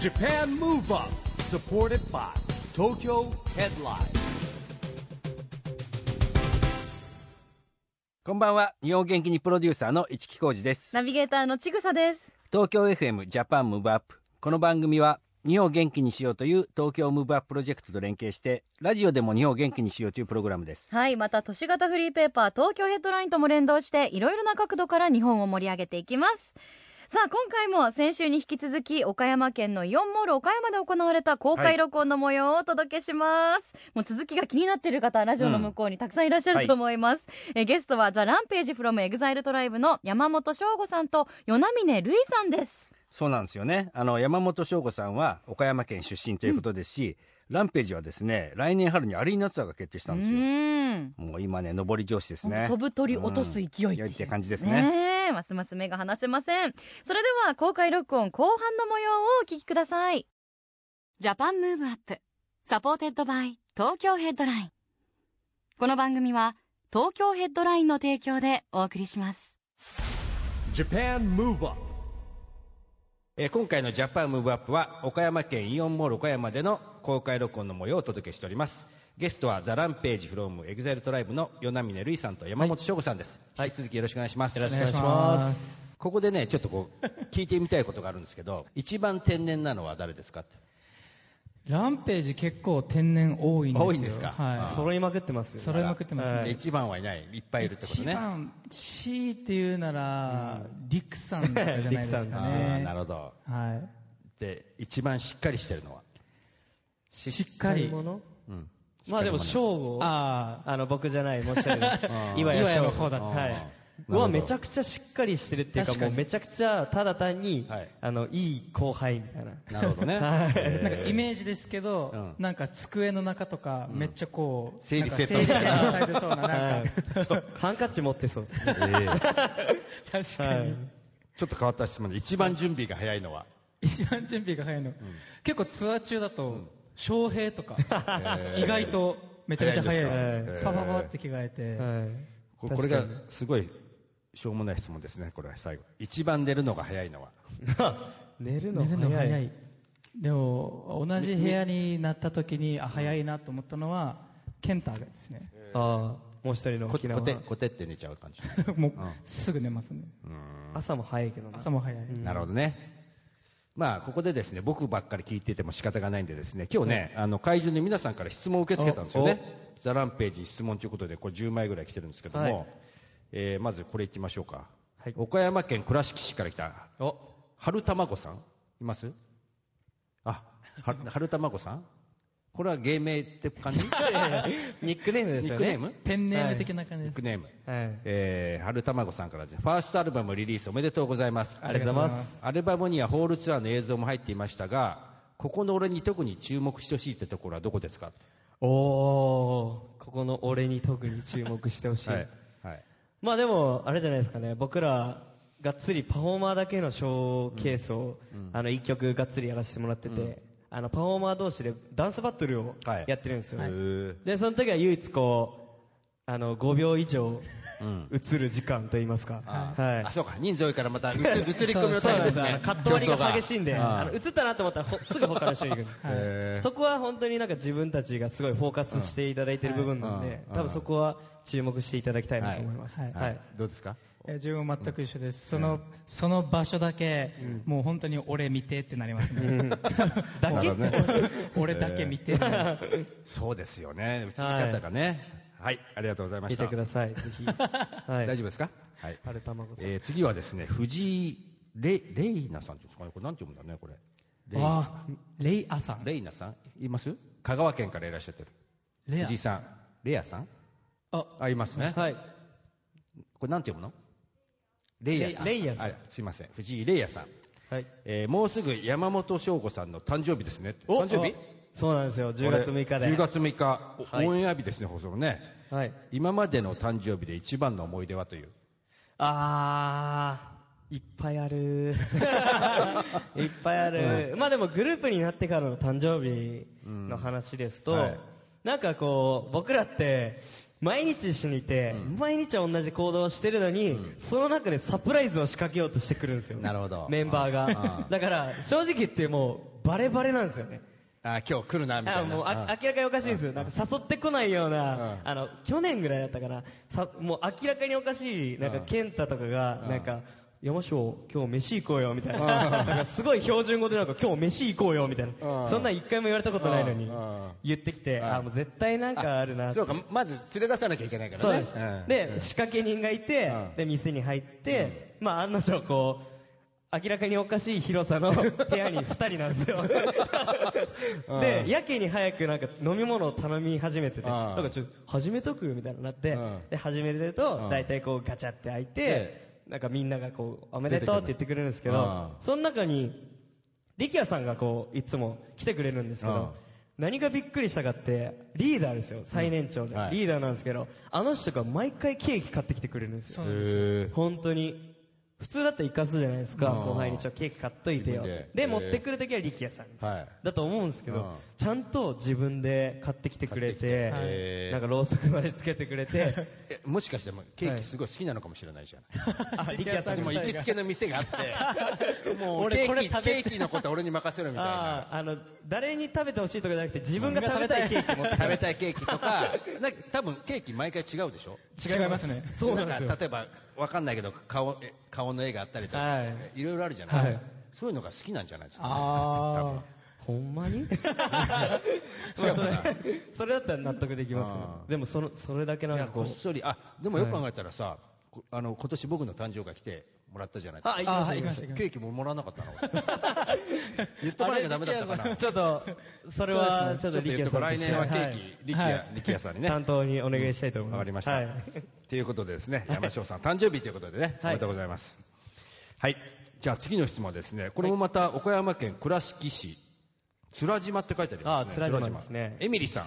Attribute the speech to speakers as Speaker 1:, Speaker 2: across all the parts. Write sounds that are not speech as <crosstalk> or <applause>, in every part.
Speaker 1: JAPAN MOVE UP SUPPORTED BY TOKYO HEADLINE
Speaker 2: こんばんは日本元気にプロデューサーの市木浩司です
Speaker 3: ナビゲーターのちぐさです。
Speaker 2: 東京 FM ジャパンムーブアップこの番組は日本を元気にしようという東京ムーブアッププロジェクトと連携してラジオでも日本を元気にしようというプログラムです
Speaker 3: はい、また都市型フリーペーパー東京ヘッドラインとも連動していろいろな角度から日本を盛り上げていきます。さあ今回も先週に引き続き岡山県のイオンモール岡山で行われた公
Speaker 2: は
Speaker 3: 開
Speaker 2: い
Speaker 3: 録音の模様をお届けします、もう続きが気になっている方はラジオの向こうにたくさんいらっしゃると思います、えーゲストはザ・ランページ・フロム・エグザイル・トライブの山本翔吾さんと与那峰瑠衣さんです
Speaker 2: そうなんですよねあの山本翔吾さんは岡山県出身ということですし、ランページはですね来年春にアリーナツアーが決定した
Speaker 3: うん
Speaker 2: ですよ
Speaker 3: ーん
Speaker 2: もう今ね上り調子です
Speaker 3: 本当
Speaker 2: ね
Speaker 3: 飛ぶ鳥落とす勢いっていう,、
Speaker 2: 勢いって感じですね
Speaker 3: ねえますます目が離せませんそれでは公開録音後半の模様をお聞きくださいジャパンムーブアップサポーテッドバイ東京ヘッドラインこの番組は東京ヘッドラインの提供でお送りします
Speaker 1: JAPAN MOVE UP
Speaker 2: えー今回のジャパンムーブアップは岡山県イオンモール岡山での公開録音の模様をお届けしておりますゲストはザ・ランページフロムエグザイルトライブの与那峰瑠衣さんと山本翔吾さんです、引き続きよろしくお願いしますよろしくお願いしますここでねちょっとこ <laughs> う聞いてみたいことがあるんですけど一番天然なのは誰ですかって
Speaker 4: ランページ結構天然多いんですよ
Speaker 2: 多いんですか
Speaker 4: はい
Speaker 5: 揃いまくってますよ、
Speaker 4: 揃いまくってますね、
Speaker 2: で一番はいないいっぱいいるってこと
Speaker 4: 一
Speaker 2: ね
Speaker 4: 番 C っていうなら、リクさんとかじゃないですか
Speaker 5: リク
Speaker 4: ね
Speaker 5: さ
Speaker 2: あーなるほど
Speaker 4: はい
Speaker 2: で一番しっかりしてるのは
Speaker 4: しっかり
Speaker 5: 者まあでも省吾あ
Speaker 4: あ
Speaker 5: の僕じゃない申し訳
Speaker 2: <laughs>
Speaker 5: ない
Speaker 4: 岩
Speaker 5: 岩屋
Speaker 4: 屋の
Speaker 5: の
Speaker 4: 方
Speaker 5: 方
Speaker 4: だ
Speaker 5: だ
Speaker 4: った
Speaker 5: は
Speaker 2: あーな
Speaker 5: い
Speaker 2: るほ
Speaker 5: う
Speaker 2: ど
Speaker 5: わめちゃくちゃしっかりしてるっていうか
Speaker 4: 確か
Speaker 5: も
Speaker 4: に
Speaker 5: うめちゃくちゃただ単に、
Speaker 2: はい
Speaker 5: あのいい後輩みたいな
Speaker 2: なるほ <laughs> どね、
Speaker 4: あなんかイメージですけど、
Speaker 2: ん
Speaker 4: なんか机の中とかめっちゃこう、
Speaker 2: 整理整頓
Speaker 4: なんか整理整頓されてそうななんか
Speaker 5: ハンカチ持ってそうですね <laughs>
Speaker 4: 確かに、
Speaker 2: ちょっと変わった質問で一番準備が早いのは
Speaker 4: 一番準備が早いの、結構ツアー中だと、翔平とか意外とめちゃめちゃ早いです,、
Speaker 2: 早
Speaker 4: サババって着替えて、
Speaker 5: はい
Speaker 2: ここれがすごいしょうもない質問ですねこれは最後一番寝るのが早いのは
Speaker 5: 寝るの
Speaker 4: 寝る
Speaker 5: 早い
Speaker 4: の早いでも同じ部屋になった時にあ早いなと思ったのはケンタですね
Speaker 5: ああもう一人の
Speaker 2: こ
Speaker 5: 沖縄
Speaker 2: こてこてって寝ちゃう感
Speaker 5: <laughs>
Speaker 2: じ
Speaker 4: <laughs> もうすぐ寝ますね
Speaker 5: 朝も早いけどな
Speaker 4: 朝も早い
Speaker 2: なるほどねまあここでですね僕ばっかり聞いてても仕方がないんでですね今日ね、あの会場に皆さんから質問を受け付けたんですよねザ・ランページに質問ということでこれ10枚ぐらい来てるんですけども、
Speaker 5: はい
Speaker 2: えーまずこれいきましょうか、
Speaker 5: はい
Speaker 2: 岡山県倉敷市から来た
Speaker 5: お
Speaker 2: 春卵さんいますあは春卵さんこれは芸名って感
Speaker 5: <laughs>
Speaker 2: じ
Speaker 5: ニックネームです
Speaker 2: ニ
Speaker 5: よ
Speaker 2: ック
Speaker 5: ね
Speaker 2: ネーム
Speaker 4: ペンネーム的な感
Speaker 2: ニ
Speaker 4: じで
Speaker 2: ッ
Speaker 4: す
Speaker 2: クネーム
Speaker 5: はい
Speaker 2: えー、春卵さんからですファーストアルバムリリースおめでとうございます
Speaker 5: ありがとうございます
Speaker 2: アルバムにはホールツアーの映像も入っていましたがここの俺に特に注目してほしいってところはどこですか、
Speaker 5: おおここの俺に特に注目してほしい、
Speaker 2: はい、
Speaker 5: まあでも、あれじゃないですかね、僕ら、がっつりパフォーマーだけのショーケースを、あの、一曲がっつりやらせてもらってて、あの、パフォーマー同士でダンスバトルを
Speaker 2: はい
Speaker 5: やってるんですよ。
Speaker 2: へー
Speaker 5: で、その時は唯一こう、あの、5秒以上、映る時間といいますか。はい
Speaker 2: あ。そうか人数多いからまた
Speaker 5: <laughs>
Speaker 2: うつ映り込みを
Speaker 5: そう
Speaker 2: 大
Speaker 5: な
Speaker 2: 変で
Speaker 5: んで
Speaker 2: すす
Speaker 5: あの
Speaker 2: ね
Speaker 5: カット割りが激しいんで、
Speaker 2: 競争が
Speaker 5: あの映ったなと思ったらほ <laughs> すぐ他の人に行く、そこは本当になんか自分たちがすごいフォーカスしていただいてる部分なんで、多分そこは注目していただきたいなと思います。
Speaker 4: はい
Speaker 5: はい
Speaker 2: どうですか
Speaker 4: え自分も全く一緒ですそのその場所だけもう本当に俺見てってなります <laughs> ね
Speaker 5: だけ
Speaker 2: なるほどね
Speaker 4: 俺だけ見てってなります
Speaker 2: そうですよね映り方がねはい、ありがとうございまし
Speaker 5: 見
Speaker 2: た
Speaker 5: てくだ
Speaker 2: <laughs>
Speaker 5: さい、ぜひ。はい。
Speaker 2: 大丈夫ですかはい、
Speaker 5: 春玉子さん。
Speaker 2: えー、次はですね藤井レレイナさんっていうんですかねこれなんて読むんだねこれレイ
Speaker 4: あレイアさん
Speaker 2: レイナさんいます香川県からいらっしゃってる
Speaker 4: レア
Speaker 2: 藤井さんレアさん
Speaker 4: あ
Speaker 2: あいますね
Speaker 5: はい。
Speaker 2: これなんて読むのレイヤさん
Speaker 5: レイレイヤさん
Speaker 2: あすいません藤井レイヤさん、
Speaker 5: はい。
Speaker 2: えーもうすぐ山本翔吾さんの誕生日ですね誕生日
Speaker 5: そうなんですよ、10月6日で。
Speaker 2: 10月6日、お
Speaker 5: はい
Speaker 2: オンエア日ですね放送のね
Speaker 5: はい。
Speaker 2: 今までの誕生日で一番の思い出はという
Speaker 5: あー、いっぱいある。いっぱいある。まあでもグループになってからの誕生日の話ですと、
Speaker 2: はい
Speaker 5: なんかこう、僕らって、毎日一緒にいて、毎日は同じ行動をしてるのに、その中でサプライズを仕掛けようとしてくるんですよ。
Speaker 2: なるほど
Speaker 5: メンバーが。だから、正直言ってもう、バレバレなんですよね。
Speaker 6: あ今日来るなみた
Speaker 5: あ
Speaker 6: いな
Speaker 5: もうあ明らかにおかしいんですよ、なんか誘ってこないような、あの去年ぐらいだったかな、さもう明らかにおかしい、なんか健太とかが、なんか、山椒、今日飯行こうよみたいな、なんかすごい標準語で、なんか、今日飯行こうよみたいな、そんなん一回も言われたことないのに
Speaker 6: うん、
Speaker 5: 言ってきて、あもう絶対なんかあるなって
Speaker 6: そうかまず連れ出さなきゃいけないからね
Speaker 5: そうです、
Speaker 6: ん
Speaker 5: で、仕掛け人がいて、
Speaker 6: うん
Speaker 5: で店に入って、まあ案の定こう明らかにおかしい広さの部屋に2人なんですよでやけに早くなんか飲み物を頼み始めてて、
Speaker 6: うん
Speaker 5: なんかちょっと始めとくみたいになって、
Speaker 6: ん
Speaker 5: で始めてると、大体こうガチャって開いて、なんかみんながこうおめでとうって言ってくれるんですけど、
Speaker 6: うん
Speaker 5: その中に力也さんがこういつも来てくれるんですけど、何がびっくりしたかってリーダーですよ最年長で、
Speaker 6: うんはい
Speaker 5: リーダーなんですけどあの人が毎回ケーキ買ってきてくれるんですよ
Speaker 6: へ
Speaker 5: 本当に普通だったら生かすじゃないですか
Speaker 6: うん
Speaker 5: 後輩にちょケーキ買っといてよ
Speaker 6: 自分で
Speaker 5: で
Speaker 6: へー
Speaker 5: 持ってくる時は力也さん
Speaker 6: ーはい
Speaker 5: だと思うんですけ
Speaker 6: うん
Speaker 5: どちゃんと自分で買ってきてくれて
Speaker 6: 買ってきてへー
Speaker 5: なんかろうそくまでつけてくれて
Speaker 6: えもしかしてもうケーキすごい好きなのかもしれないじゃん、
Speaker 5: あ <laughs> 力也さん
Speaker 6: でも行きつけの店があってもうケ
Speaker 4: 俺こ
Speaker 6: ー
Speaker 4: れ
Speaker 6: キケ
Speaker 4: 食べ
Speaker 6: ーキのことは俺に任せろみたいな
Speaker 5: あーあの誰に食べてほしいとかじゃなくて自分が食べたいケーキ持って
Speaker 6: 食べたいケーキとか
Speaker 5: <laughs>
Speaker 6: なんか多分ケーキ毎回違うでしょ
Speaker 4: 違いますね
Speaker 5: そうなんですよ
Speaker 6: か例えばわかんないけど顔え顔の絵があったりとか、
Speaker 5: はい
Speaker 6: えいろいろあるじゃな
Speaker 5: は
Speaker 6: い、
Speaker 5: い
Speaker 6: そういうのが好きなんじゃないですか
Speaker 4: あ
Speaker 5: ほんまに
Speaker 6: <laughs>
Speaker 5: ま <laughs> あそれそれだったら納得できますけどでもそのそれだけなん
Speaker 6: い
Speaker 5: か
Speaker 6: や
Speaker 5: こ
Speaker 6: こ
Speaker 5: う
Speaker 6: っそりあでもよく考えたらさ、こあの今年僕の誕生日が来てもらったじゃないですか
Speaker 5: あ行きま
Speaker 4: あ
Speaker 5: した
Speaker 4: ー
Speaker 5: 行きまし
Speaker 4: 行きました
Speaker 6: ケーキももらわなかったの
Speaker 5: <laughs>
Speaker 6: 言っとかなきゃダメだったか
Speaker 2: <laughs>
Speaker 6: な
Speaker 5: たちょっとそれはちょっと力也さんと
Speaker 2: 来
Speaker 5: して
Speaker 2: 年はケーキ、
Speaker 5: い
Speaker 2: 力也、力也さんにね。
Speaker 5: 担当にお願いしたいと思います
Speaker 2: わかりました。
Speaker 5: はい
Speaker 2: ということでですね、山
Speaker 5: <laughs>
Speaker 2: 椒さん誕生日ということでね、お
Speaker 5: はい
Speaker 2: めでとうございます。はい。じゃあ次の質問はですね、これもまた岡山県倉敷市、津島って書いてありますね。
Speaker 5: ああ面島ですね
Speaker 2: エミリさん。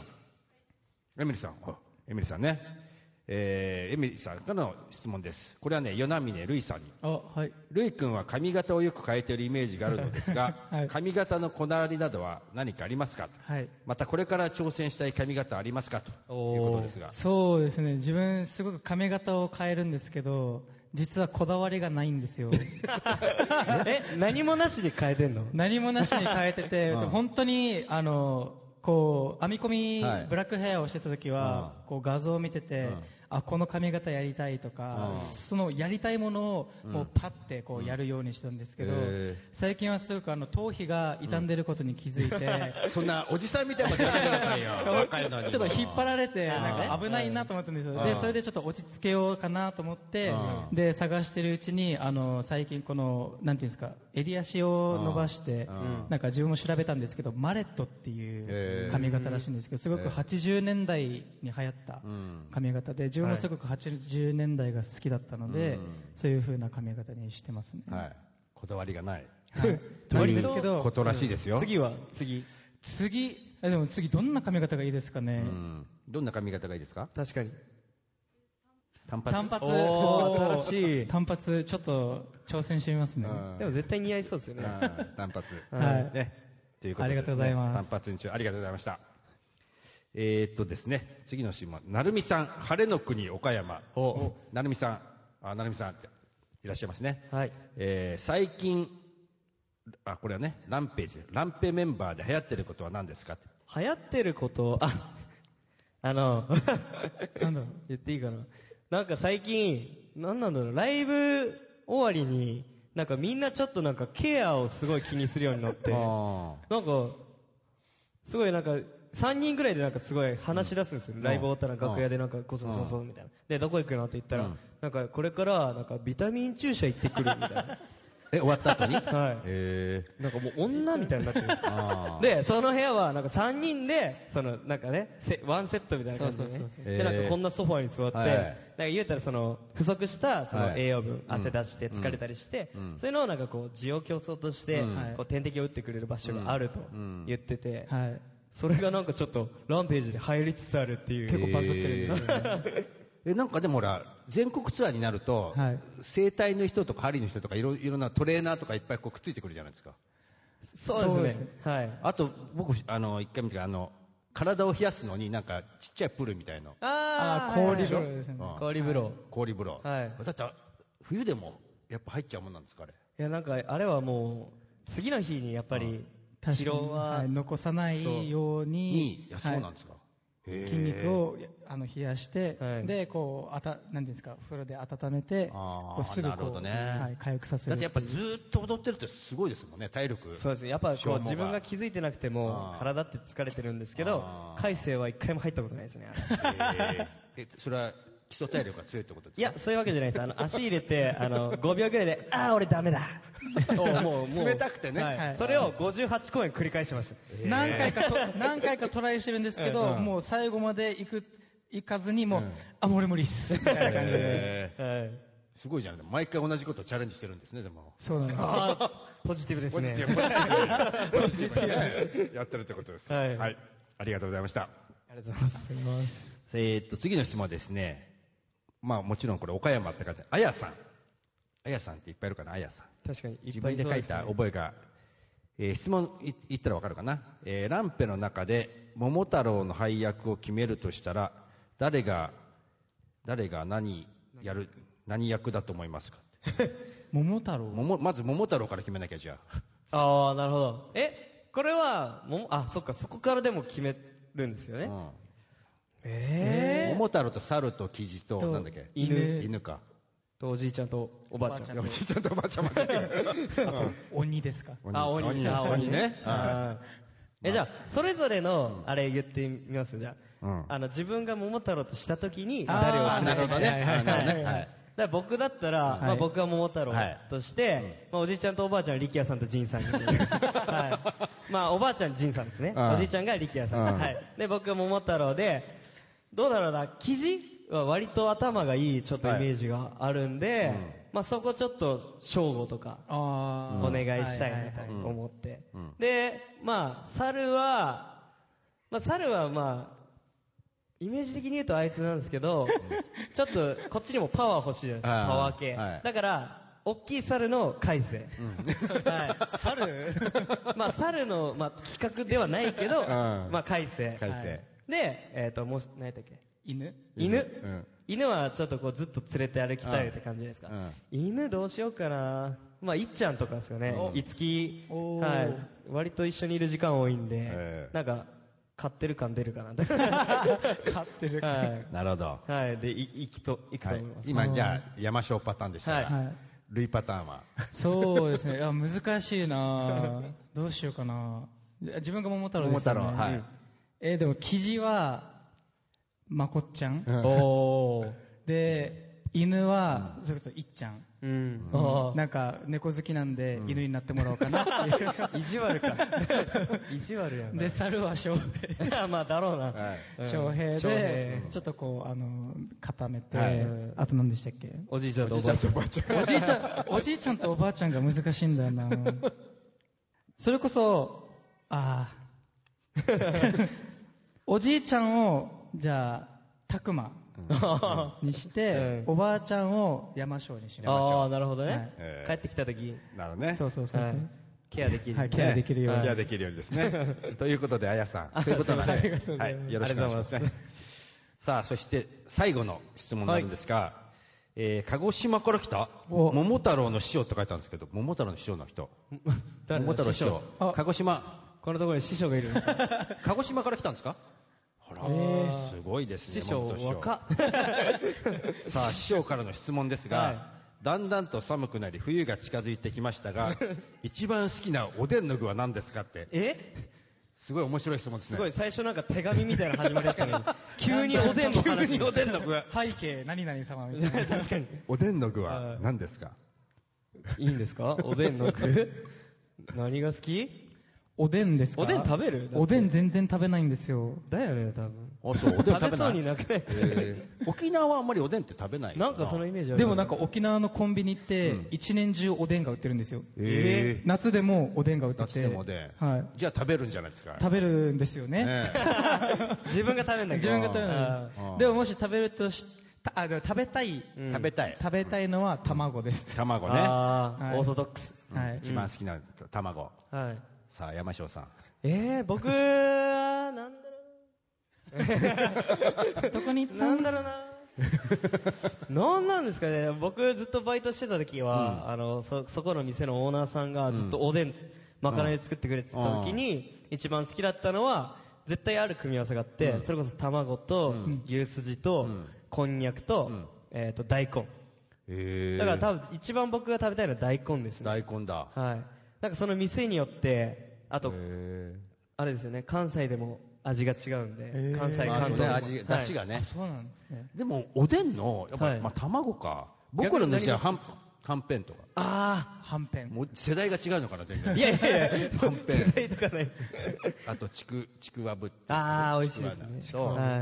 Speaker 2: エミリさん。あエミリさんね。えーエミリさんからの質問です。これはね、与那峰瑠衣さんに。
Speaker 4: あはい
Speaker 2: ルイ君は髪型をよく変えているイメージがあるのです
Speaker 5: <laughs>
Speaker 2: が、
Speaker 4: はい
Speaker 2: 髪型のこだわりなどは何かありますか、
Speaker 4: はい
Speaker 2: またこれから挑戦したい髪型ありますかということですが
Speaker 4: そうですね自分すごく髪型を変えるんですけど実はこだわりがないんです <laughs> よ
Speaker 5: え何もなしで変えてんの
Speaker 4: 何もなしに変えてて、本当にあのこう編み込み、
Speaker 6: はい
Speaker 4: ブラックヘアをしてた時は、こう画像を見てて、あこの髪型やりたいとか、そのやりたいものをこうパッてこうやるようにしたんですけど、
Speaker 6: へ
Speaker 4: 最近はすごくあの頭皮が傷んでることに気づ <laughs> いて、
Speaker 6: そんなおじさんみたいなことやめてくださいよ若いのに
Speaker 4: ちょっと引っ張られてなんか危ないなと思ったんですよでそれでちょっと落ち着けようかなと思ってで探してるうちにあの最近このなんていうんですか襟足を伸ばしてなんか自分も調べたんですけどマレットっていう髪型らしいんですけどすごく80年代に流行った髪型で自分もすごく80年代が好きだったのでそういう風な髪型にしてますね
Speaker 2: はい、こだわりがない
Speaker 4: というんですけど
Speaker 2: ことらしいですよ、
Speaker 5: 次は次
Speaker 4: 次えでも次どんな髪型がいいですかね
Speaker 2: うんどんな髪型がいいですか
Speaker 5: 確かに
Speaker 2: 短髪
Speaker 4: 単髪
Speaker 5: おー新しい
Speaker 4: 単発ちょっと挑戦してみますね、
Speaker 5: でも絶対似合いそうですよね
Speaker 2: あー短髪
Speaker 4: はい
Speaker 2: ねということでですね
Speaker 4: ありがとうございます
Speaker 2: 単髪に中ありがとうございましたえーっとですね次の質問成美さん晴れの国岡山成美さんあ成美さんっていらっしゃいますね
Speaker 5: はい
Speaker 2: えー最近あこれはねランページランペメンバーで流行ってることは何ですかって
Speaker 5: 流行ってることああの
Speaker 4: なんだろう
Speaker 5: 言っていいかななんか最近なんなんだろうライブ終わりになんかみんなちょっとなんかケアをすごい気にするようになってなんかすごいなんか3人ぐらいでなんかすごい話し出すんですよ、ライブ終わったら楽屋でなんかこそこそこそみたいな、でどこ行くのって言ったら、なんかこれからなんかビタミン注射行ってくるみたいな
Speaker 6: え終わった後にへ
Speaker 5: はい
Speaker 6: え
Speaker 5: なんかもう女みたいになってるんですよ
Speaker 6: あ
Speaker 5: でその部屋はなんか3人でそのなんかねせワンセットみたいな感じで,、ね
Speaker 4: そうそうそう
Speaker 5: でなんかこんなソファーに座って、
Speaker 6: はい
Speaker 5: なんか言うたらその不足したそ
Speaker 6: は
Speaker 5: の
Speaker 6: い
Speaker 5: 栄養分、汗出して疲れたりして、そういうのをなんかこう需要競争として、こう点滴を打ってくれる場所があると言ってて、
Speaker 4: はい
Speaker 5: それがなんかちょっとランページで入りつつあるっていう
Speaker 4: 結構バズってるんですよ、ね
Speaker 6: えなんかでもほら全国ツアーになると、
Speaker 4: はい
Speaker 6: 整体の人とか針の人とかいろいろなトレーナーとかいっぱいこうくっついてくるじゃないですか
Speaker 5: そうです
Speaker 4: そう
Speaker 5: ね
Speaker 4: ですね
Speaker 5: はい
Speaker 2: あと僕あの一回見たけどあの体を冷やすのになんかちっちゃいプールみたいな
Speaker 5: あ
Speaker 4: あ
Speaker 5: ー
Speaker 4: ー氷風呂ですね
Speaker 5: はい氷風呂
Speaker 2: 氷風呂、
Speaker 5: はい
Speaker 2: だってあ冬でもやっぱ入っちゃうもんなんですかあれ
Speaker 5: いやなんかあれはもう次の日にやっぱり
Speaker 4: 確か
Speaker 5: 疲
Speaker 4: に
Speaker 5: 労は
Speaker 4: はい、残さないように
Speaker 6: にいやそうなんですか、
Speaker 4: はい筋肉をあの冷やして、
Speaker 5: はい
Speaker 4: でこうあたなんていうんですか風呂で温めて
Speaker 6: あー
Speaker 4: こうすぐこ
Speaker 6: なるほど
Speaker 4: う、
Speaker 6: ね
Speaker 4: はい、回復させる
Speaker 6: だってやっぱずーっと踊ってるってすごいですもんね体力
Speaker 5: そうですねやっぱこう
Speaker 6: 消耗が
Speaker 5: 自分が気づいてなくても体って疲れてるんですけど海星は一回も入ったことないですねあれ
Speaker 6: えそれは基礎体力が強いってことです
Speaker 5: いやそういうわけじゃないですあの足入れてあの5秒ぐらいでああ俺ダメだもうもう
Speaker 6: 冷たくてね
Speaker 5: は、
Speaker 4: はいい
Speaker 5: それを58公演繰り返してました
Speaker 4: 何回かと何回かトライしてるんですけど、もう最後まで行く行かずにもう、あもう俺無理っすみたいな感じで、
Speaker 5: はい、
Speaker 6: すごいじゃない毎回同じことをチャレンジしてるんですねでも
Speaker 4: そうなんです
Speaker 5: ポジティブですね
Speaker 6: ポジティブポジティブねやってるってことです
Speaker 5: はい
Speaker 6: ありがとうございました
Speaker 5: ありがとうございます
Speaker 2: えーっと次の質問はですねまあもちろんこれ岡山って書いてあやさんあやさんっていっぱいいるかなあやさん
Speaker 5: 確かにい
Speaker 2: 自
Speaker 5: っぱい
Speaker 2: 分
Speaker 5: い
Speaker 2: で
Speaker 5: そう
Speaker 2: 書い
Speaker 5: すね
Speaker 2: た覚えが、えー質問い言ったらわかるかな、えーランペの中で桃太郎の配役を決めるとしたら誰が誰が何やる何役だと思いますか
Speaker 4: 桃太郎
Speaker 2: 桃まず桃太郎から決めなきゃじゃあ
Speaker 5: ああなるほどえこれはももあそっかそこからでも決めるんですよね、ええ
Speaker 2: 桃太郎と猿とキジと
Speaker 4: と
Speaker 2: なんだっけ
Speaker 5: 犬
Speaker 2: 犬か
Speaker 5: とおじいちゃんとおばあちゃん
Speaker 4: おばあちゃん
Speaker 6: ちゃんとおばあちゃんまで行け
Speaker 4: 鬼ですか
Speaker 5: あ鬼
Speaker 6: 鬼
Speaker 5: あ
Speaker 6: 鬼ね
Speaker 5: あーえじゃあそれぞれのあれ言ってみますじゃあ,、
Speaker 2: ん
Speaker 5: あの自分が桃太郎とした時に
Speaker 4: あー
Speaker 5: 誰を連れ
Speaker 6: な
Speaker 5: て
Speaker 6: るほどね
Speaker 4: はいはい
Speaker 6: あなるほどね
Speaker 5: は
Speaker 6: はいい
Speaker 5: だから僕だったら、まあ、僕は桃太郎として、まあ、おじいちゃんとおばあちゃんは力也さんと仁
Speaker 6: <laughs>
Speaker 5: さんに、はいまあ、おばあちゃん仁さんですね、
Speaker 2: うん
Speaker 5: おじいちゃんが力也さん、
Speaker 2: うん
Speaker 5: はい、で僕は桃太郎でどうだろうな生地は割と頭がいいちょっとイメージがあるんで、まあ、そこちょっと省吾とか
Speaker 4: あー
Speaker 5: お願いしたいなと思って、でまあ猿は、まあ、猿はまあイメージ的に言うとあいつなんですけど、ちょっとこっちにもパワー欲しいじゃないです
Speaker 6: あ
Speaker 5: か
Speaker 6: ー
Speaker 5: パワー系、
Speaker 6: はい
Speaker 5: だから大きい猿の海星、はい
Speaker 4: 猿
Speaker 5: <laughs> まあ猿の、まあ、企画ではないけど、まあ海星
Speaker 6: 改
Speaker 4: は
Speaker 6: 正
Speaker 4: い
Speaker 5: でえっ、ともう何やったっけ
Speaker 4: 犬
Speaker 5: 犬、
Speaker 6: ん
Speaker 5: 犬はちょっとこうずっと連れて歩きたいって感じじゃないですか、犬どうしようかなまあいっちゃんとかですかねいつき
Speaker 4: おー
Speaker 5: はい割と一緒にいる時間多いんで、
Speaker 6: え
Speaker 5: なんか飼ってる感出るかな <laughs> は
Speaker 4: 飼ってる、
Speaker 5: い、
Speaker 2: なるほど、
Speaker 5: はい、でいいきといくと
Speaker 6: は
Speaker 5: 思
Speaker 6: い
Speaker 5: います、
Speaker 6: 今じゃあ山椒パターンでした
Speaker 5: はい
Speaker 4: は
Speaker 6: ら
Speaker 4: い
Speaker 6: 類パターンは
Speaker 4: そうですね。あ難しいなどうしようかな自分が桃太郎ですよね。
Speaker 6: 桃太郎はい
Speaker 4: うんえーでも、生地は、まこっちゃん。
Speaker 5: おー
Speaker 4: で、犬は、それこそいっちゃん。
Speaker 5: うん、おー
Speaker 4: なんか、猫好きなんで、犬になってもらおうかなって
Speaker 5: <laughs>
Speaker 4: いう。
Speaker 5: 意地悪か意地悪やな
Speaker 4: で、猿は翔平。
Speaker 5: まあだろうな、 <laughs> うん
Speaker 4: 翔平
Speaker 5: 翔
Speaker 4: で
Speaker 5: 平、
Speaker 4: ちょっとこう、あの、固めて
Speaker 5: はい、
Speaker 4: あと何でしたっけ
Speaker 5: おじいちゃんとおばあちゃん
Speaker 4: おじいちゃん、おじいちゃんとおばあちゃんが難しいんだよな。それこそ、ああ。 <laughs> おじいちゃんを、じゃあ、たくまにして、おばあちゃんを山椒にしま
Speaker 5: ああなるほどね、
Speaker 4: はい
Speaker 6: えー
Speaker 5: 帰ってきた時
Speaker 6: なるほど
Speaker 4: す。
Speaker 2: <laughs>
Speaker 6: ね
Speaker 4: そうそうそうそう。
Speaker 5: ケアできる、
Speaker 4: はい、ケアできるよう
Speaker 6: じ
Speaker 4: に
Speaker 6: ゃあ。できるようにですねということであやさんそういうことなんではいよろしくお願いします
Speaker 5: ありがとうございます
Speaker 2: さあそして最後の質問なんですが、えー鹿児島から来た
Speaker 4: お
Speaker 2: 桃太郎の師匠って書いてあるんですけど桃太郎の師匠の人
Speaker 5: 誰
Speaker 2: 桃太郎師匠
Speaker 4: あ
Speaker 2: 鹿児島
Speaker 5: このところに師匠がいるの
Speaker 2: 鹿児島から来たんですかほら、すごいですね
Speaker 5: 師匠
Speaker 2: 本当
Speaker 5: 若っ
Speaker 2: さあ師匠からの質問ですが、
Speaker 5: はい
Speaker 2: だんだんと寒くなり冬が近づいてきましたが一番好きなおでんの具は何ですかって
Speaker 5: え
Speaker 6: すごい面白い質問ですね
Speaker 5: すごい最初なんか手紙みたいなの始まりましたのに <laughs> 急におでんの話
Speaker 2: 急におでんの具は
Speaker 4: 背景、何々様みたいな。
Speaker 5: 確かに
Speaker 6: おでんの具は何ですか
Speaker 5: いいんですかおでんの具何が好き
Speaker 4: おでんですか
Speaker 5: おでん食べる
Speaker 4: おでん全然食べないんですよ。
Speaker 5: だよね多分
Speaker 2: あそうおでん食べな
Speaker 5: 食
Speaker 2: い
Speaker 5: べそうになくない
Speaker 2: えー沖縄はあんまりおでんって食べない
Speaker 5: なんかそのイメージある
Speaker 4: でもなんか沖縄のコンビニって、一年中おでんが売ってるんですよ。
Speaker 2: え
Speaker 4: 夏でもおでんが売ってて。
Speaker 2: ー、夏でもおでん、
Speaker 4: はい。
Speaker 2: じゃあ食べるんじゃないですか
Speaker 4: 食べるんですよね。
Speaker 2: ね
Speaker 5: 自分が食べんだけ
Speaker 4: 自
Speaker 5: ど
Speaker 4: 分が食べない
Speaker 2: あー
Speaker 4: です。でももし食べるとし、たあでも食べたい、
Speaker 2: え食べたい
Speaker 4: 食べたいのは卵です。
Speaker 2: 卵ね
Speaker 5: あ
Speaker 4: は
Speaker 5: あ
Speaker 4: い
Speaker 5: オーソドックス
Speaker 4: はい。
Speaker 2: 一番好きな卵
Speaker 5: はい
Speaker 2: さあ山椒さん
Speaker 5: えー僕はなんだろ
Speaker 4: どこに行っ
Speaker 5: う
Speaker 4: た
Speaker 5: なんんだろうななんなんですかね僕ずっとバイトしてた時はあのそそこの店のオーナーさんがずっとおでんまかない作ってくれてた時に、一番好きだったのは、絶対ある組み合わせがあって、それこそ卵と、牛すじと、こんにゃくと、えっ、と、大根。
Speaker 2: え
Speaker 5: だから多分一番僕が食べたいのは大根ですね。
Speaker 2: 大根だ。
Speaker 5: はい。なんかその店によって、あと、
Speaker 2: へ
Speaker 5: あれですよね、関西でも味が違うんで、関西、
Speaker 2: え。まあ
Speaker 5: 関
Speaker 2: そうね
Speaker 5: 東でも。
Speaker 2: 味、出汁がね。
Speaker 4: そうなんですね
Speaker 2: でもおでんのやっぱ、
Speaker 5: はい
Speaker 2: まあ卵か。僕らの時代はは
Speaker 5: 逆
Speaker 2: んはんぺんとか。
Speaker 5: あ
Speaker 4: はんぺん
Speaker 2: もう世代が違うのかな全然。 <laughs>
Speaker 5: あ。いやいやいや、
Speaker 2: はんぺん。
Speaker 5: 世代とかないです。
Speaker 2: あとちくちくわぶって。
Speaker 5: ああ、美味しいですね。
Speaker 2: ちくわなん
Speaker 5: は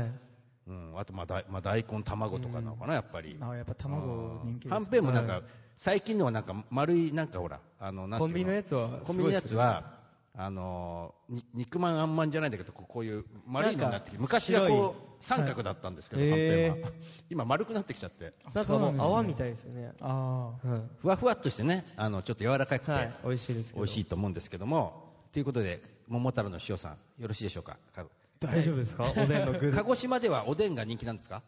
Speaker 2: そう。うん。あとまあ大まあ大根卵とかなのかなやっぱり。
Speaker 4: あやっぱ卵人気です
Speaker 2: はんぺんもなんか、最近のはなんか丸いなんかほらあのなんていう
Speaker 5: コンビニのやつは
Speaker 2: コンビニのやつはあのーに肉まんあんまんじゃないんだけどこうこういう丸いのになってきて
Speaker 5: なんか
Speaker 2: 昔は
Speaker 5: 白い
Speaker 2: こう三角だったんですけど、
Speaker 5: はい
Speaker 2: はんぺんは、
Speaker 5: へ
Speaker 2: 今丸くなってきちゃって
Speaker 5: い。なんかもう泡みたいですよね。
Speaker 4: ああ
Speaker 5: うん
Speaker 2: ふわふわっとしてねあのちょっと柔らかくて、
Speaker 5: はい。美味しいですけ
Speaker 2: 美
Speaker 5: ど。
Speaker 2: 味しいと思うんですけどもということで桃太郎の塩さんよろしいでしょうかか
Speaker 5: 大丈夫です <laughs> かおでんの具。
Speaker 2: 鹿児島ではおでんが人気なんですか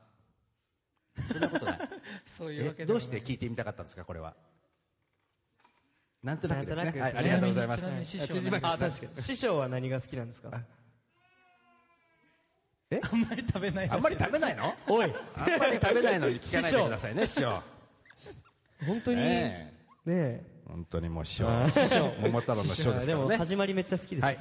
Speaker 2: そんなことない
Speaker 4: そういうわけ
Speaker 2: え
Speaker 4: で
Speaker 2: ど
Speaker 4: も
Speaker 2: うして聞いてみたかったんですかこれはなんとなくです
Speaker 5: なん
Speaker 2: ね
Speaker 5: と
Speaker 2: は
Speaker 5: な
Speaker 2: あ
Speaker 5: いくですね
Speaker 2: りがとうございま
Speaker 4: ちなみに
Speaker 2: す
Speaker 4: 師匠
Speaker 2: 辻巻
Speaker 5: あ
Speaker 2: さ
Speaker 5: あ、
Speaker 2: ん
Speaker 5: 確かに。師匠は何が好きなんですか
Speaker 4: あんまり食べないらしい
Speaker 2: あんまり食べないの
Speaker 5: おい。
Speaker 2: あんまり食べないのに聞かないでくださいね師匠
Speaker 5: 本当に、ね
Speaker 2: ねえ
Speaker 5: え。
Speaker 2: 本当にもう師匠
Speaker 5: 師匠
Speaker 2: 桃太郎の師匠です
Speaker 5: で
Speaker 2: から
Speaker 5: も
Speaker 2: ね
Speaker 5: 始まりめっちゃ好きです。
Speaker 2: はい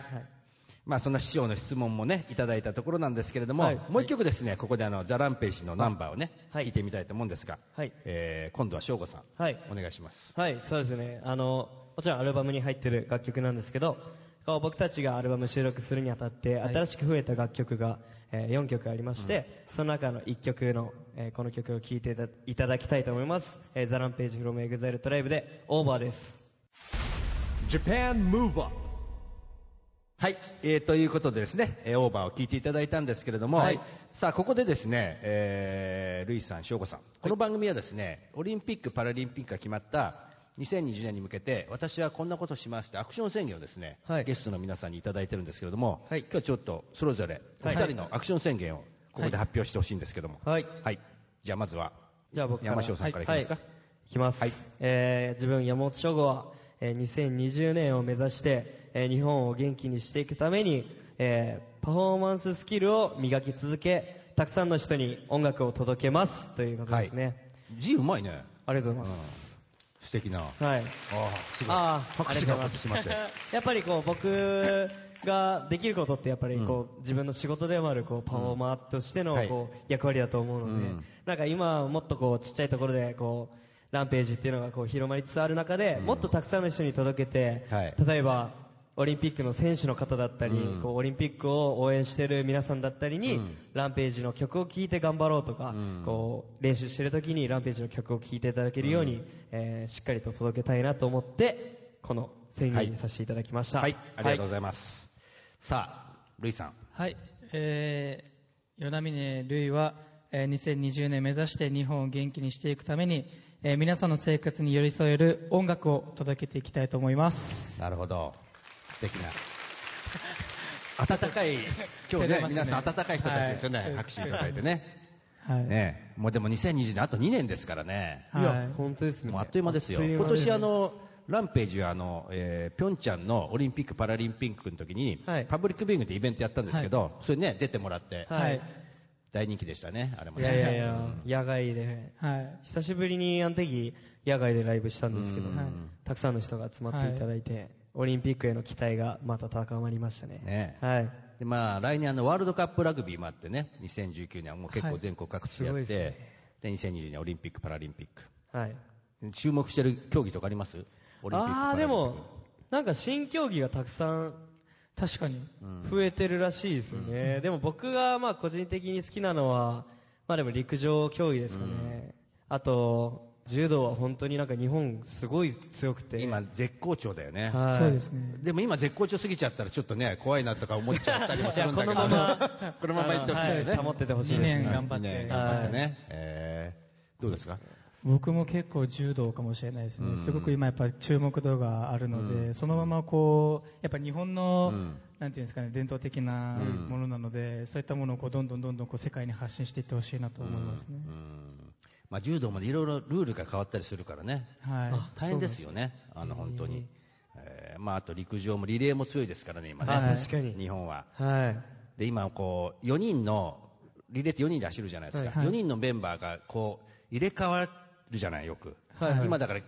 Speaker 2: まあそんな師匠の質問もねいただいたところなんですけれども、
Speaker 5: はい
Speaker 2: もう一曲ですねここであのザランページのナンバーをね、
Speaker 5: はい
Speaker 2: 聞いてみたいと思うんですが、
Speaker 5: はい
Speaker 2: えー今度は省吾さん、
Speaker 5: はい
Speaker 2: お願いします。
Speaker 5: はい、そうですね。あの、もちろんアルバムに入ってる楽曲なんですけど、こう僕たちがアルバム収録するにあたって、新しく増えた楽曲が、え4曲ありまして、その中の1曲の、えーこの曲を聴いていたいただきたいと思います。えー、ザランページ from EXILE TRIBE で、オーバーです。
Speaker 1: Japan Move Up
Speaker 2: はい、えーということでですね、えーオーバーを聞いていただいたんですけれども、
Speaker 5: はい
Speaker 2: さあここでですね、えー、ルイさん、翔吾さん、この番組はですね、オリンピック・パラリンピックが決まった2020年に向けて、私はこんなことしますってアクション宣言をですね、
Speaker 5: はい
Speaker 2: ゲストの皆さんにいただいてるんですけれども、
Speaker 5: はい
Speaker 2: 今日はちょっとそれぞれお
Speaker 5: は
Speaker 2: 二
Speaker 5: い
Speaker 2: 人のアクション宣言をここで発表してほしいんですけども、
Speaker 5: はい
Speaker 2: じゃあまずは、
Speaker 5: じゃあ僕から
Speaker 2: 山椒さんからいきますか。
Speaker 5: はいいきます、
Speaker 2: はい
Speaker 5: えー自分山本翔吾は、えー2020年を目指して、えー日本を元気にしていくために、えーパフォーマンススキルを磨き続けたくさんの人に音楽を届けますということですね、
Speaker 2: 字うまいね、
Speaker 5: ありがとうございます、
Speaker 2: 素敵な。
Speaker 5: はい
Speaker 2: ああ、すごい。
Speaker 5: あー
Speaker 2: 拍手が起こってしまって。
Speaker 5: <laughs> やっぱりこう僕ができることってやっぱりこう、自分の仕事でもあるこうパフォーマーとしての
Speaker 2: はい
Speaker 5: こう、役割だと思うので、なんか今はもっとこうちっちゃいところでこうランページっていうのがこう広まりつつある中で、もっとたくさんの人に届けて、
Speaker 2: はい
Speaker 5: 例えばオリンピックの選手の方だったり、こうオリンピックを応援してる皆さんだったりに、ランページの曲を聴いて頑張ろうとか、こう練習してる時にランページの曲を聴いていただけるように、えーしっかりと届けたいなと思ってこの宣言にさせていただきました、
Speaker 2: はい、ありがとうございます。さあ、ルイさん。
Speaker 4: はい、えー、与那嶺るいは、えー2020年目指して日本を元気にしていくために、えー皆さんの生活に寄り添える音楽を届けていきたいと思います。
Speaker 2: なるほど。素敵な。温かい、今日
Speaker 4: 照れ
Speaker 2: ね、
Speaker 4: ますね
Speaker 2: 皆さん温かい人たちですよね。
Speaker 4: はい
Speaker 2: 拍手いただいてね。
Speaker 4: はい。
Speaker 2: ねもうでも2020年あと2年ですからね。
Speaker 5: い
Speaker 4: は
Speaker 5: や
Speaker 4: い、
Speaker 5: 本当ですね。
Speaker 2: もうあっという間ですよ。
Speaker 5: あっという
Speaker 2: 今
Speaker 5: 間です
Speaker 2: 年あの、ランページはあの、えー、ピョンチャンのオリンピック・パラリンピックの時に、
Speaker 5: はい
Speaker 2: パブリックビューイングでイベントやったんですけど、それね、出てもらって、
Speaker 5: はい。
Speaker 2: 大人気でしたね、あれも
Speaker 5: い
Speaker 2: ね。
Speaker 5: やいやいや、野外で。
Speaker 4: はい。
Speaker 5: 久しぶりにあの時、野外でライブしたんですけど
Speaker 4: うんはい、
Speaker 5: たくさんの人が集まっていただいて、オリンピックへの期待がまた高まりましたね。
Speaker 2: ね
Speaker 5: はい。
Speaker 2: でまあ、来年あのワールドカップラグビーもあってね2019年はもう結構全国各地でやって、
Speaker 5: はいすごいです
Speaker 2: で2020年オリンピック・パラリンピック
Speaker 5: はい。
Speaker 2: 注目してる競技とかありますオリンピックパラ
Speaker 5: ああ、
Speaker 2: リンピック
Speaker 5: でも、なんか新競技がたくさん
Speaker 4: 確かに。
Speaker 5: 増えてるらしいですよね。でも僕がまあ個人的に好きなのは、まあでも陸上競技ですかね。あと、柔道は本当になんか日本すごい強くて。
Speaker 2: 今絶好調だよね、
Speaker 5: はい
Speaker 4: そうですね。
Speaker 2: でも今絶好調すぎちゃったらちょっとね怖いなとか思っちゃったりもするんだけど
Speaker 5: いやこのま
Speaker 2: このままいってほしいですね
Speaker 5: はい保っててほしい
Speaker 4: 2
Speaker 5: ですね
Speaker 4: 年頑張って。
Speaker 2: ね頑張ってね、えーどうですか
Speaker 4: 僕も結構柔道かもしれないですね、すごく今やっぱ注目度があるので、そのままこうやっぱ日本の、なんていうんですかね伝統的なものなので、そういったものをこうどんどんどんどんこう世界に発信していってほしいなと思いますね、
Speaker 2: まあ、柔道もいろいろルールが変わったりするからね、
Speaker 4: はい
Speaker 2: 大変ですよね、あの本当に、えーーまあ、あと陸上もリレーも強いですからね、今ね。
Speaker 5: はい確かに
Speaker 2: 日本は。
Speaker 5: はい。
Speaker 2: で、今こう、4人の、リレーって4人で走るじゃないですか。
Speaker 5: はいはい
Speaker 2: 4人のメンバーがこう、入れ替わるじゃない、よく。
Speaker 5: はいはい
Speaker 2: 今だから、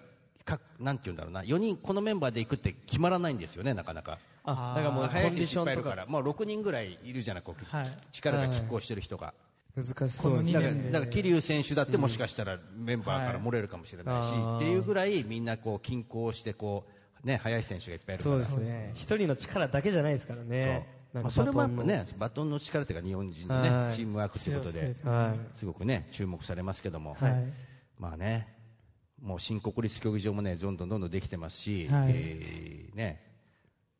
Speaker 2: かなんて言うんだろうな、4人、このメンバーで行くって決まらないんですよね、なかなか。
Speaker 5: あ、だからもうコンデ
Speaker 2: 林
Speaker 5: ィションと
Speaker 2: いっぱいいるか、
Speaker 5: から
Speaker 2: もう6人ぐらいいるじゃない、こう、
Speaker 4: はい
Speaker 2: 力が拮抗してる人が。
Speaker 5: 難しそう
Speaker 4: この
Speaker 5: で
Speaker 4: 二
Speaker 5: す
Speaker 2: だ
Speaker 5: ね。
Speaker 2: から、だから桐生選手だってもしかしたらメンバーから漏れるかもしれないし、
Speaker 5: はい
Speaker 2: っていうぐらいみんなこう均衡してこう、ね、速い選手がいっぱいいるか
Speaker 5: そ
Speaker 2: ら
Speaker 5: うですね。一人の力だけじゃないですからね。
Speaker 2: そう
Speaker 5: な
Speaker 2: ま
Speaker 5: んか
Speaker 2: あ、それもやっぱ
Speaker 5: バトンの。
Speaker 2: ねバトンの力というか日本人の、ね
Speaker 5: はい
Speaker 2: チームワークということで
Speaker 4: 強さ
Speaker 5: は
Speaker 2: すごく、ね、注目されますけども、
Speaker 5: い。はい。
Speaker 2: まあね、もう新国立競技場もね、どんどんどんどんできてますし、
Speaker 4: はい
Speaker 2: えーね、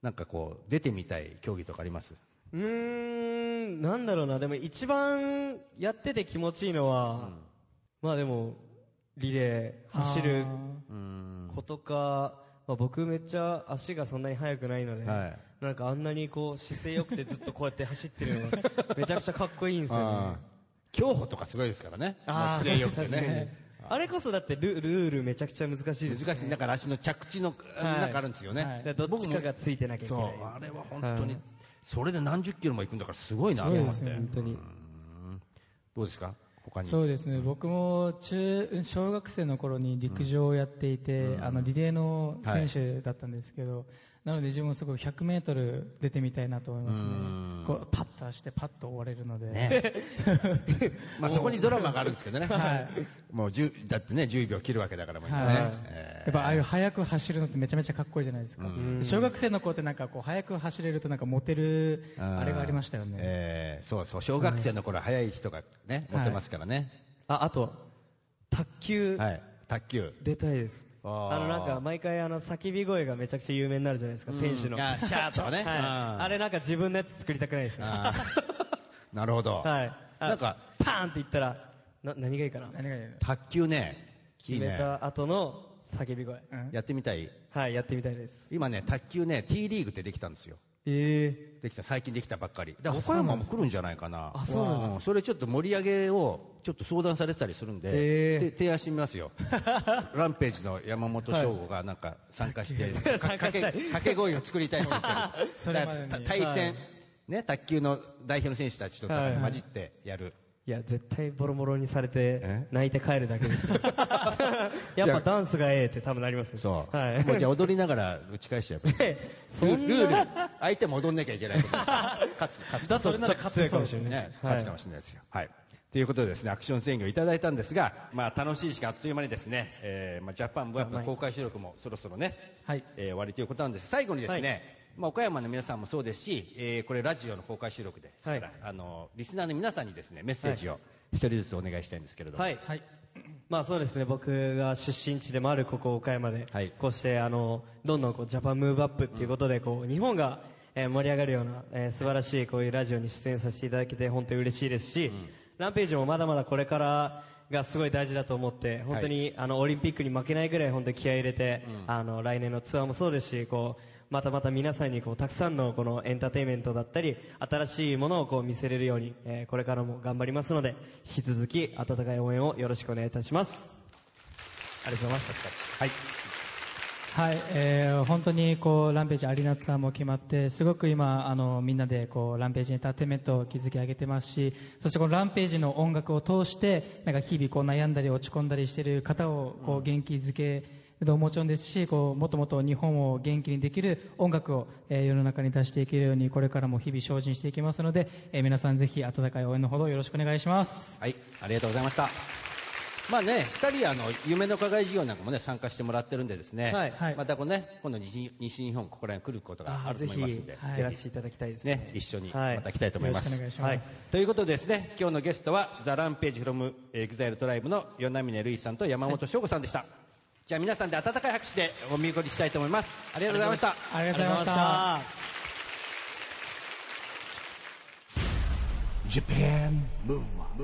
Speaker 2: なんかこう、出てみたい競技とかあります
Speaker 5: うーん、なんだろうな。でも一番やってて気持ちいいのは、まあでも、リレー、走ることか、まあ僕めっちゃ足がそんなに速くないので、
Speaker 2: は
Speaker 5: なんかあんなにこう姿勢良くてずっとこうやって走ってる
Speaker 2: <laughs>
Speaker 5: のがめちゃくちゃかっこいいんですよね。
Speaker 2: 競歩とかすごいですからね、もう姿勢よくて
Speaker 5: 確かに
Speaker 2: ね。
Speaker 5: あれこそだってルルールめちゃくちゃ難しいです。
Speaker 2: 難しい、だから足の着地の、
Speaker 5: い
Speaker 2: なんかあるんですよね。
Speaker 5: だからどっちかがついてなきゃい
Speaker 2: そ
Speaker 5: け
Speaker 2: う、
Speaker 5: ない。
Speaker 2: あれは本当に、それで何十キロも行くんだからすごいなと
Speaker 4: すごい
Speaker 2: 思
Speaker 4: で
Speaker 2: っ
Speaker 4: す
Speaker 2: て。
Speaker 4: ね
Speaker 5: 本当に。
Speaker 2: どうですか他に。
Speaker 4: そうですね僕も中小学生の頃に陸上をやっていて、あのリレーの選手だったんですけど、なので自分もすごく 100m 出てみたいなと思いますねこうパッと走ってパッと終われるので、
Speaker 2: まあそこにドラマがあるんですけどね。 <laughs> もう10、だってね、10秒切るわけだからもう今
Speaker 4: はい
Speaker 2: ね。え
Speaker 4: やっぱああいう速く走るのってめちゃめちゃかっこいいじゃないですか、で小学生の子ってなんかこう速く走れるとなんかモテるあれがありましたよね、
Speaker 2: えーそうそう、小学生の頃は早い人がね、持ってますからね。
Speaker 5: あ、あと、卓球、
Speaker 2: はい。卓球。
Speaker 5: 出たいです。
Speaker 2: あー
Speaker 5: あのなんか毎回あの叫び声がめちゃくちゃ有名になるじゃないですか、選手の。
Speaker 2: あシャーとかね
Speaker 5: はい
Speaker 2: うん
Speaker 5: あれなんか自分のやつ作りたくないですか
Speaker 2: なるほど。
Speaker 5: はい。あ
Speaker 2: なんか、
Speaker 5: パーンっていったら、な、何がいいかな
Speaker 4: 何がいいの
Speaker 2: 卓球ね、いい
Speaker 5: 決め
Speaker 2: ね。
Speaker 5: た後の叫び声。
Speaker 2: やってみたい。
Speaker 5: はい、やってみたいです。
Speaker 2: 今ね、卓球ね、T リーグってできたんですよ。
Speaker 5: え
Speaker 2: できた、最近できたばっかり。だから岡山も来るんじゃないかな。
Speaker 5: あそうなんです
Speaker 2: か、それちょっと盛り上げを、ちょっと相談されてたりするんで、
Speaker 5: へー
Speaker 2: て提案してみます
Speaker 5: <laughs>
Speaker 2: よ。ランページの山本翔吾がなんか参加して、か
Speaker 5: <laughs> 参加したい
Speaker 2: け掛け声を作りたいって
Speaker 5: <laughs>
Speaker 2: 言ってる。
Speaker 4: それまでに
Speaker 2: だから対戦、ね、卓球の代表の選手たちとか
Speaker 5: はい
Speaker 2: 混じってやる。
Speaker 5: いや、絶対ボロボロにされて
Speaker 2: え、
Speaker 5: 泣いて帰るだけです
Speaker 2: <laughs>
Speaker 5: よ <laughs> やっぱダンスがええって多分なりますね。
Speaker 2: そう。
Speaker 5: はい
Speaker 2: もうじゃあ踊りながら打ち返してやっぱり。
Speaker 5: そ
Speaker 2: ル
Speaker 5: んな
Speaker 2: ルール、相手も踊んなきゃいけないと思います勝つ、勝つ。
Speaker 5: だとちょっと強いかもしれない
Speaker 2: ね
Speaker 5: です。、
Speaker 2: 勝つかもしれないですよ。はい。ということでですね、アクション宣言をいただいたんですが、まあ楽しい時間あっという間にですね、えーまあジャパンブアップの公開収録もそろそろね、
Speaker 4: はい
Speaker 2: えー終わりということなんですが最後にですね、
Speaker 5: は
Speaker 2: まあ岡山の皆さんもそうですし、えーこれラジオの公開収録ですから、
Speaker 5: はい
Speaker 2: あのリスナーの皆さんにですねメッセージを一人ずつお願いしたいんですけれども、
Speaker 5: はい。
Speaker 4: はい
Speaker 5: まあそうですね、僕が出身地でもあるここ岡山で、
Speaker 2: はい
Speaker 5: こうしてあの、どんどんこうジャパンムーブアップっていうことで、こう、日本が、えー盛り上がるような、えー素晴らしいこういうラジオに出演させていただけて本当に嬉しいですし、ランページもまだまだこれからがすごい大事だと思って、本当に、あの、オリンピックに負けないぐらい本当に気合い入れて、あの、来年のツアーもそうですし、こう、またまた皆さんにこうたくさんのこのエンターテインメントだったり新しいものをこう見せれるように、えーこれからも頑張りますので引き続き温かい応援をよろしくお願いいたしますありがとうございます
Speaker 2: はい。
Speaker 4: はい、えー本当にこうランページアリーナツアーも決まってすごく今あのみんなでこうランページエンターテインメントを築き上げてますしそしてこのランページの音楽を通してなんか日々こう悩んだり落ち込んだりしている方をこう元気づけるのももちろんですしこうもっともっと日本を元気にできる音楽を、えー世の中に出していけるようにこれからも日々精進していきますので、えー皆さんぜひ温かい応援のほどよろしくお願いします。
Speaker 2: はい、ありがとうございました。まあね、二人あの夢の課外事業なんかもね参加してもらってるんでですね。
Speaker 5: はい
Speaker 4: はい
Speaker 2: またこうね、今度西西日本ここら辺来ることがあると
Speaker 5: ぜ
Speaker 2: 思いますん
Speaker 5: ひ
Speaker 2: で、
Speaker 5: いらしていただきたいですね
Speaker 2: ね一緒に
Speaker 5: はい
Speaker 2: また来たいと思います。
Speaker 4: よろしくお願いします
Speaker 2: はということでですね、今日のゲストはザランページフロムエグザイルトライブの与那嶺ルイさんと山本翔吾さんでした。じゃあ皆さんで温かい拍手でお見送りしたいと思います。ありがとうございました。
Speaker 4: ありがとうございました。
Speaker 1: Japan Move Up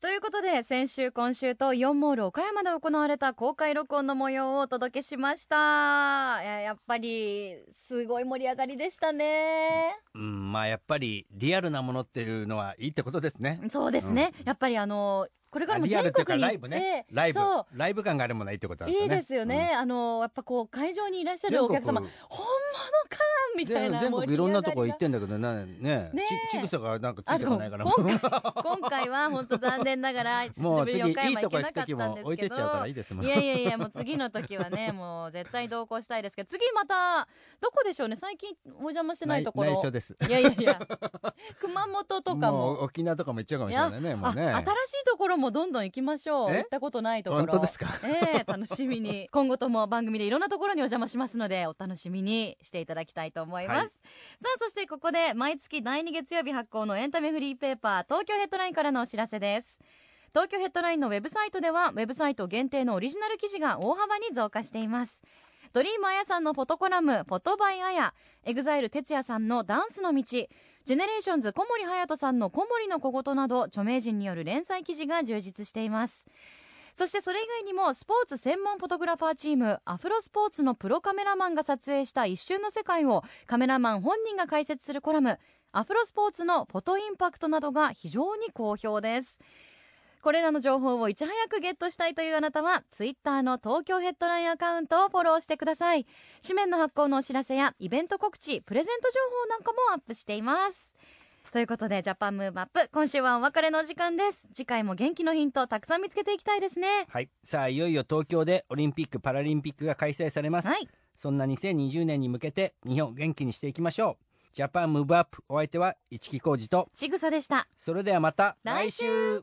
Speaker 3: ということで先週今週とイオンモール岡山で行われた公開録音の模様をお届けしましたいややっぱりすごい盛り上がりでしたね、
Speaker 2: うん、まあやっぱりリアルなものっていうのはいいってことですね。
Speaker 3: そうですね、やっぱりあの
Speaker 7: これからも
Speaker 2: リアル
Speaker 7: 全
Speaker 2: というか
Speaker 7: 国
Speaker 2: ラ
Speaker 7: に行
Speaker 2: イ
Speaker 7: って、
Speaker 2: ブねライブ
Speaker 7: そ
Speaker 2: ライブ感があるものはいいってこと
Speaker 7: う
Speaker 2: なんです
Speaker 7: い
Speaker 2: よ
Speaker 7: い
Speaker 2: ね
Speaker 7: ですよね、あのやっぱこう会場にいらっしゃるお客様本
Speaker 6: 全
Speaker 7: 物かみたいな
Speaker 6: 全国いろんなとこ行っ
Speaker 7: る
Speaker 6: てんだけどなね
Speaker 7: ねえ
Speaker 6: ちちぐさがなんかつ
Speaker 7: あ
Speaker 6: いてこ
Speaker 7: の
Speaker 6: ないから
Speaker 7: 今回今回は本当残念ながら
Speaker 6: も
Speaker 7: 久し
Speaker 6: う
Speaker 7: ぶり
Speaker 6: 次
Speaker 7: に
Speaker 6: いい
Speaker 7: 岡山行
Speaker 6: とこ
Speaker 7: け
Speaker 6: 行
Speaker 7: な
Speaker 6: く
Speaker 7: かっ
Speaker 6: 時
Speaker 7: たんで
Speaker 6: も
Speaker 7: すけど
Speaker 6: 置いてっちゃうからいいですもん
Speaker 7: いやいやいや、もう次の時はね、もう絶対同行したいですけど、次また、どこでしょうね、最近お邪魔してないところ。
Speaker 6: 内内緒です
Speaker 7: いやいやいや、熊本とか
Speaker 6: もう
Speaker 7: も。
Speaker 6: 沖縄とかも行っちゃうかもしれないねも
Speaker 7: あ
Speaker 6: うね
Speaker 7: 新しいところもどんどん行きましょう。
Speaker 6: え
Speaker 7: 行ったことないところ。
Speaker 6: 本当ですか
Speaker 7: ええ楽しみに。今後とも番組でいろんなところにお邪魔しますので、お楽しみにしていただきたいと思います。
Speaker 6: はい
Speaker 7: さあ、そしてここで、毎月第2月曜日発行のエンタメフリーペーパー、東京ヘッドラインからのお知らせです。東京ヘッドラインのウェブサイトではウェブサイト限定のオリジナル記事が大幅に増加していますドリームあやさんのフォトコラム「フォトバイあや」エグザイル哲也さんの「ダンスの道」ジェネレーションズ小森隼人さんの「小森の小言」など著名人による連載記事が充実していますそしてそれ以外にもスポーツ専門フォトグラファーチームアフロスポーツのプロカメラマンが撮影した一瞬の世界をカメラマン本人が解説するコラムアフロスポーツのフォトインパクトなどが非常に好評ですこれらの情報をいち早くゲットしたいというあなたは、ツイッターの東京ヘッドラインアカウントをフォローしてください。紙面の発行のお知らせや、イベント告知、プレゼント情報なんかもアップしています。ということで、ジャパンムーブアップ、今週はお別れのお時間です。次回も元気のヒントをたくさん見つけていきたいですね。
Speaker 2: はい、さあいよいよ東京でオリンピック・パラリンピックが開催されます、
Speaker 7: はい。
Speaker 2: そんな2020年に向けて日本を元気にしていきましょうジャパンムーブアップお相手は市木浩二と
Speaker 7: ちぐさでした。
Speaker 2: それではまた
Speaker 7: 来
Speaker 2: 週